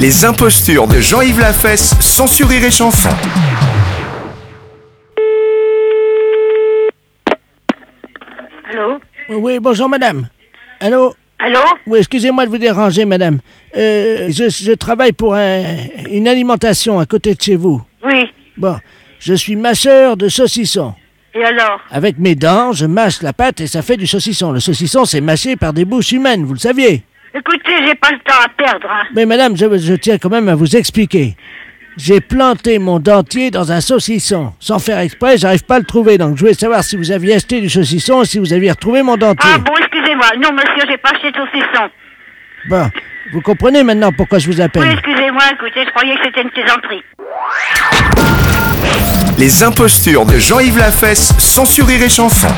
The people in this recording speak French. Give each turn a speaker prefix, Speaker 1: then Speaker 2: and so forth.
Speaker 1: Les impostures de Jean-Yves Lafesse, sans sourire et chanson.
Speaker 2: Allô
Speaker 3: Euh, Oui, bonjour madame. Allô
Speaker 2: Allô
Speaker 3: Oui, excusez-moi de vous déranger madame. Euh, je, je travaille pour un- une alimentation à côté de chez vous.
Speaker 2: Oui.
Speaker 3: Bon, je suis masseur de saucisson.
Speaker 2: Et alors
Speaker 3: Avec mes dents, je masse la pâte et ça fait du saucisson. Le saucisson, c'est mâché par des bouches humaines, vous le saviez.
Speaker 2: Écoutez, j'ai pas le temps à perdre. Hein.
Speaker 3: Mais madame, je, je tiens quand même à vous expliquer. J'ai planté mon dentier dans un saucisson. Sans faire exprès, j'arrive pas à le trouver. Donc je voulais savoir si vous aviez acheté du saucisson et si vous aviez retrouvé mon dentier.
Speaker 2: Ah bon, excusez-moi. Non, monsieur, j'ai pas acheté de saucisson.
Speaker 3: Bon, vous comprenez maintenant pourquoi je vous
Speaker 2: Oui,
Speaker 3: appelle.
Speaker 2: excusez-moi, écoutez, je croyais que c'était une plaisanterie.
Speaker 1: Les impostures de Jean-Yves Lafesse, sans sourire et chanson.